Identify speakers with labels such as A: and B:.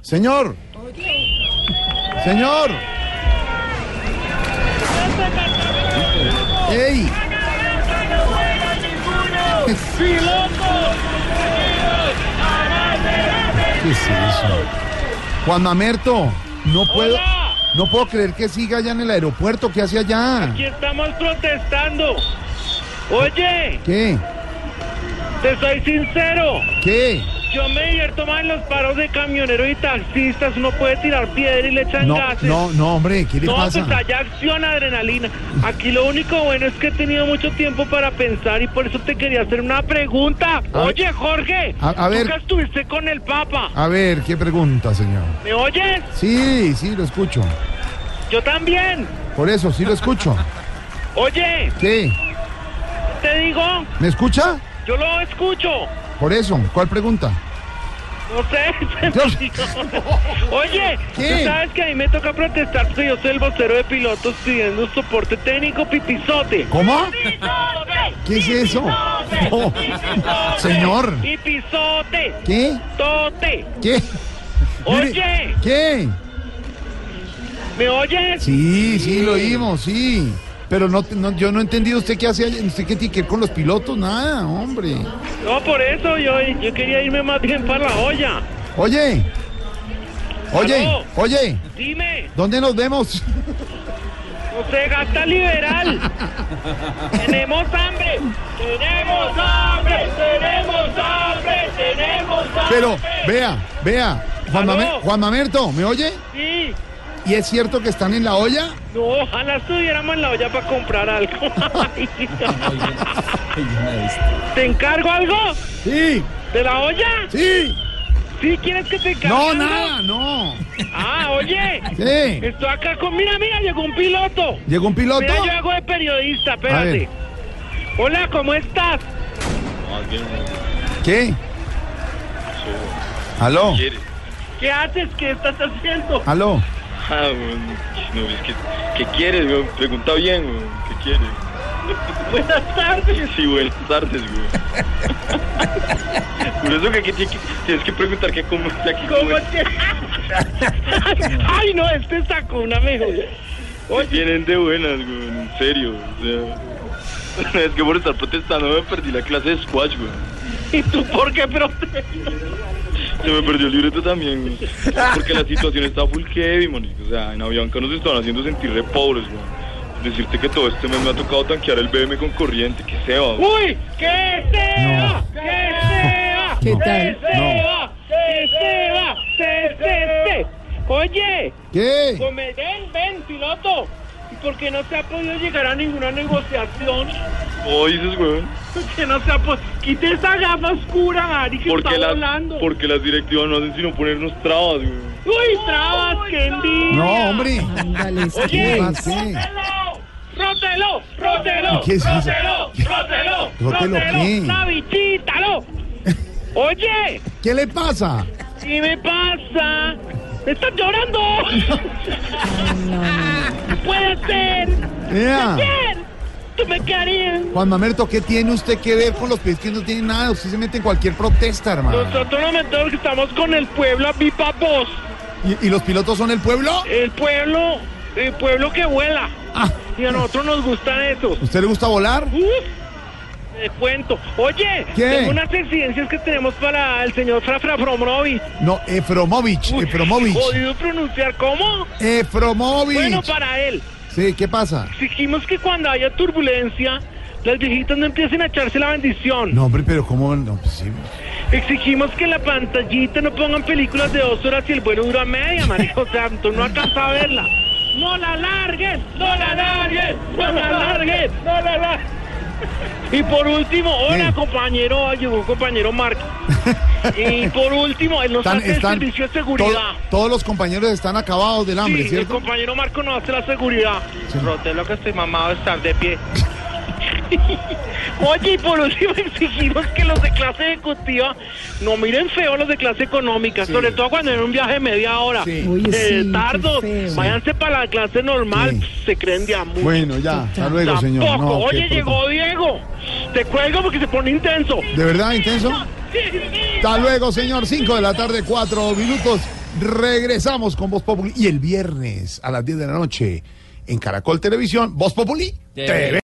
A: Señor,
B: Oye,
A: señor. ¡Ey! ¿Qué es eso? Juan Mamerto, no puedo,
C: Hola.
A: no puedo creer que siga allá en el aeropuerto. ¿Qué hace allá?
C: Aquí estamos protestando. Oye,
A: ¿Qué?
C: te soy sincero.
A: ¿Qué?
C: Yo me divierto más en los paros de camioneros y taxistas. Uno puede tirar piedra y le echan
A: No,
C: gases.
A: no, no, hombre, ¿qué le
C: No,
A: pasa?
C: pues allá acción adrenalina. Aquí lo único bueno es que he tenido mucho tiempo para pensar y por eso te quería hacer una pregunta.
A: A-
C: Oye, Jorge,
A: A- a ver.
C: ¿tú que estuviste con el Papa?
A: A ver, ¿qué pregunta, señor?
C: ¿Me oyes?
A: Sí, sí, lo escucho.
C: Yo también.
A: Por eso, sí lo escucho.
C: Oye,
A: ¿Qué?
C: te digo,
A: ¿Me escucha?
C: yo lo escucho.
A: Por eso, ¿cuál pregunta?
C: No sé. se me
A: Dios.
C: olvidó. Oye,
A: ¿Qué?
C: tú sabes que a mí me toca protestar porque yo soy el vocero de pilotos pidiendo un soporte técnico pipizote.
A: ¿Cómo? ¿Qué es eso? No. Señor,
C: Pipizote,
A: ¿qué?
C: tote.
A: ¿Qué?
C: Oye,
A: ¿Qué?
C: ¿me oyes?
A: Sí, sí, lo oímos, sí. Pero no, no- yo no he entendido usted qué hace, allá, usted qué tiene que ver con los pilotos, nada, hombre.
C: No, por eso yo, yo quería irme más bien para la olla.
A: Oye, oye,
C: Aló.
A: oye,
C: Dime,
A: ¿dónde nos vemos?
C: no se gasta liberal. tenemos hambre, tenemos hambre, tenemos hambre, tenemos hambre.
A: Pero, vea, vea, Juan,
C: Ah, Aló.
A: Mame- Juan Mamerto, ¿me oye?
C: Sí.
A: ¿Y es cierto que están en la olla?
C: No, ojalá estuviéramos en la olla para comprar algo. Ay, ¿Te encargo algo?
A: Sí,
C: ¿De la olla?
A: sí.
C: ¿Sí quieres que te encargue?
A: No,
C: algo?
A: nada, no.
C: Ah, oye.
A: Sí.
C: Estoy acá con... Mira, mira, llegó un piloto.
A: ¿Llegó un piloto?
C: Mira, yo hago de periodista,
A: A
C: espérate.
A: ver.
C: Hola, ¿cómo estás?
A: ¿Qué? Aló,
C: ¿Qué haces? ¿Qué estás haciendo?
A: aló.
D: Ah, weón, no, es que, ¿qué quieres, weón? Pregunta bien, weón, ¿qué quieres?
C: Buenas tardes.
D: Sí, buenas tardes, weón. Por eso que aquí tiene que- tienes que preguntar que cómo está aquí.
C: ¿Cómo
D: es.
C: te... Ay, no, este sacó una mejor. Oye,
D: Vienen de buenas, weón, en serio, o sea. Es que por estar protestando me perdí la clase de squash, weón.
C: ¿y tú por qué protestas?
D: Se me perdió el libreto también, weón. Porque la situación está full heavy, manico. O sea, en Avianca nos están haciendo sentir re pobres, weón. Decirte que todo este mes me ha tocado tanquear el BM con corriente, que se va, weón.
C: ¡Uy! ¡Que se va! ¡Que se va!
E: ¿Qué tal?
C: ¡Que se
A: No.
C: va! ¡Que se va! ¡Se, se, se! Oye,
A: ¿Qué?
C: come, ven, ven, piloto. ¿Y por qué no se ha podido llegar a ninguna negociación?
D: ¿Cómo dices, weón?
C: ¿Por qué no se ha podido? Quita esa gafa oscura, Ari, que
D: Porque
C: está
D: las,
C: volando.
D: porque las directivas no hacen sino ponernos trabas, güey.
C: ¡Uy, trabas! ¡Qué envidia!
A: No, hombre.
E: Ándale,
C: Oye,
A: Ah,
E: ¿qué?
A: sí.
C: ¡Rótelo! ¡Rótelo!
A: ¿Qué es eso?
C: ¡Rótelo! ¡Rótelo!
A: ¿Rótelo qué?
C: ¡Sabichítalo! Oye,
A: ¿Qué le pasa?
C: ¿Qué me pasa? ¡Me estás llorando! ¡Puede ser!
A: Vea.
C: ¡Ayer! ¡Tú me quedarías!
A: Juan Mamerto, ¿qué tiene usted que ver con los pies que no tienen nada? Usted se mete en cualquier protesta, hermano.
C: Nosotros no metemos que estamos con el pueblo a viva voz.
A: ¿Y, y los pilotos son el pueblo?
C: El pueblo, el pueblo que vuela.
A: Ah,
C: Y a nosotros nos gustan esos.
A: ¿Usted le gusta volar?
C: Uf, te cuento. Oye,
A: ¿Qué?
C: tengo unas exigencias que tenemos para el señor Frafra Fromrovi.
A: No, Efromovich,
C: Uy,
A: Efromovich.
C: Jodido pronunciar, ¿cómo? Bueno,
A: Efromovich.
C: para él.
A: Sí, ¿qué pasa?
C: Exigimos que cuando haya turbulencia, las viejitas no empiecen a echarse la bendición.
A: No, hombre, pero ¿cómo? No, pues sí.
C: Exigimos que en la pantallita no pongan películas de dos horas y el vuelo dura media, marico. O sea, tú no alcanzas a verla. ¡No la largues! ¡No la largues! ¡No la largues! ¡No la largues! Y por último, hola
A: Sí.
C: compañero, llegó un compañero Marco. Y por último, él nos hace el servicio de seguridad.
A: to- todos los compañeros están acabados del hambre,
C: Sí, el
A: ¿cierto?
C: compañero Marco nos hace la seguridad.
A: Sí.
C: lo que estoy mamado de estar de pie. Oye, y por último exigimos que los de clase ejecutiva no miren feo a los de clase económica,
A: Sí.
C: sobre todo cuando en un viaje de media hora.
A: Sí.
E: Uy,
C: Eh,
E: sí, qué
C: tardos,
E: feo.
C: váyanse para la clase normal,
A: Sí.
C: se creen de amor.
A: Bueno, ya, hasta luego,
C: Tampoco.
A: señor. No, qué
C: Oye,
A: bruto.
C: llegó Diego. Te cuelgo porque se pone intenso.
A: ¿De verdad, intenso?
C: Sí, sí.
A: Hasta luego, señor. 5 de la tarde, 4 minutos. Regresamos con Voz Populi y el viernes a las 10 de la noche en Caracol Televisión, Voz Populi TV.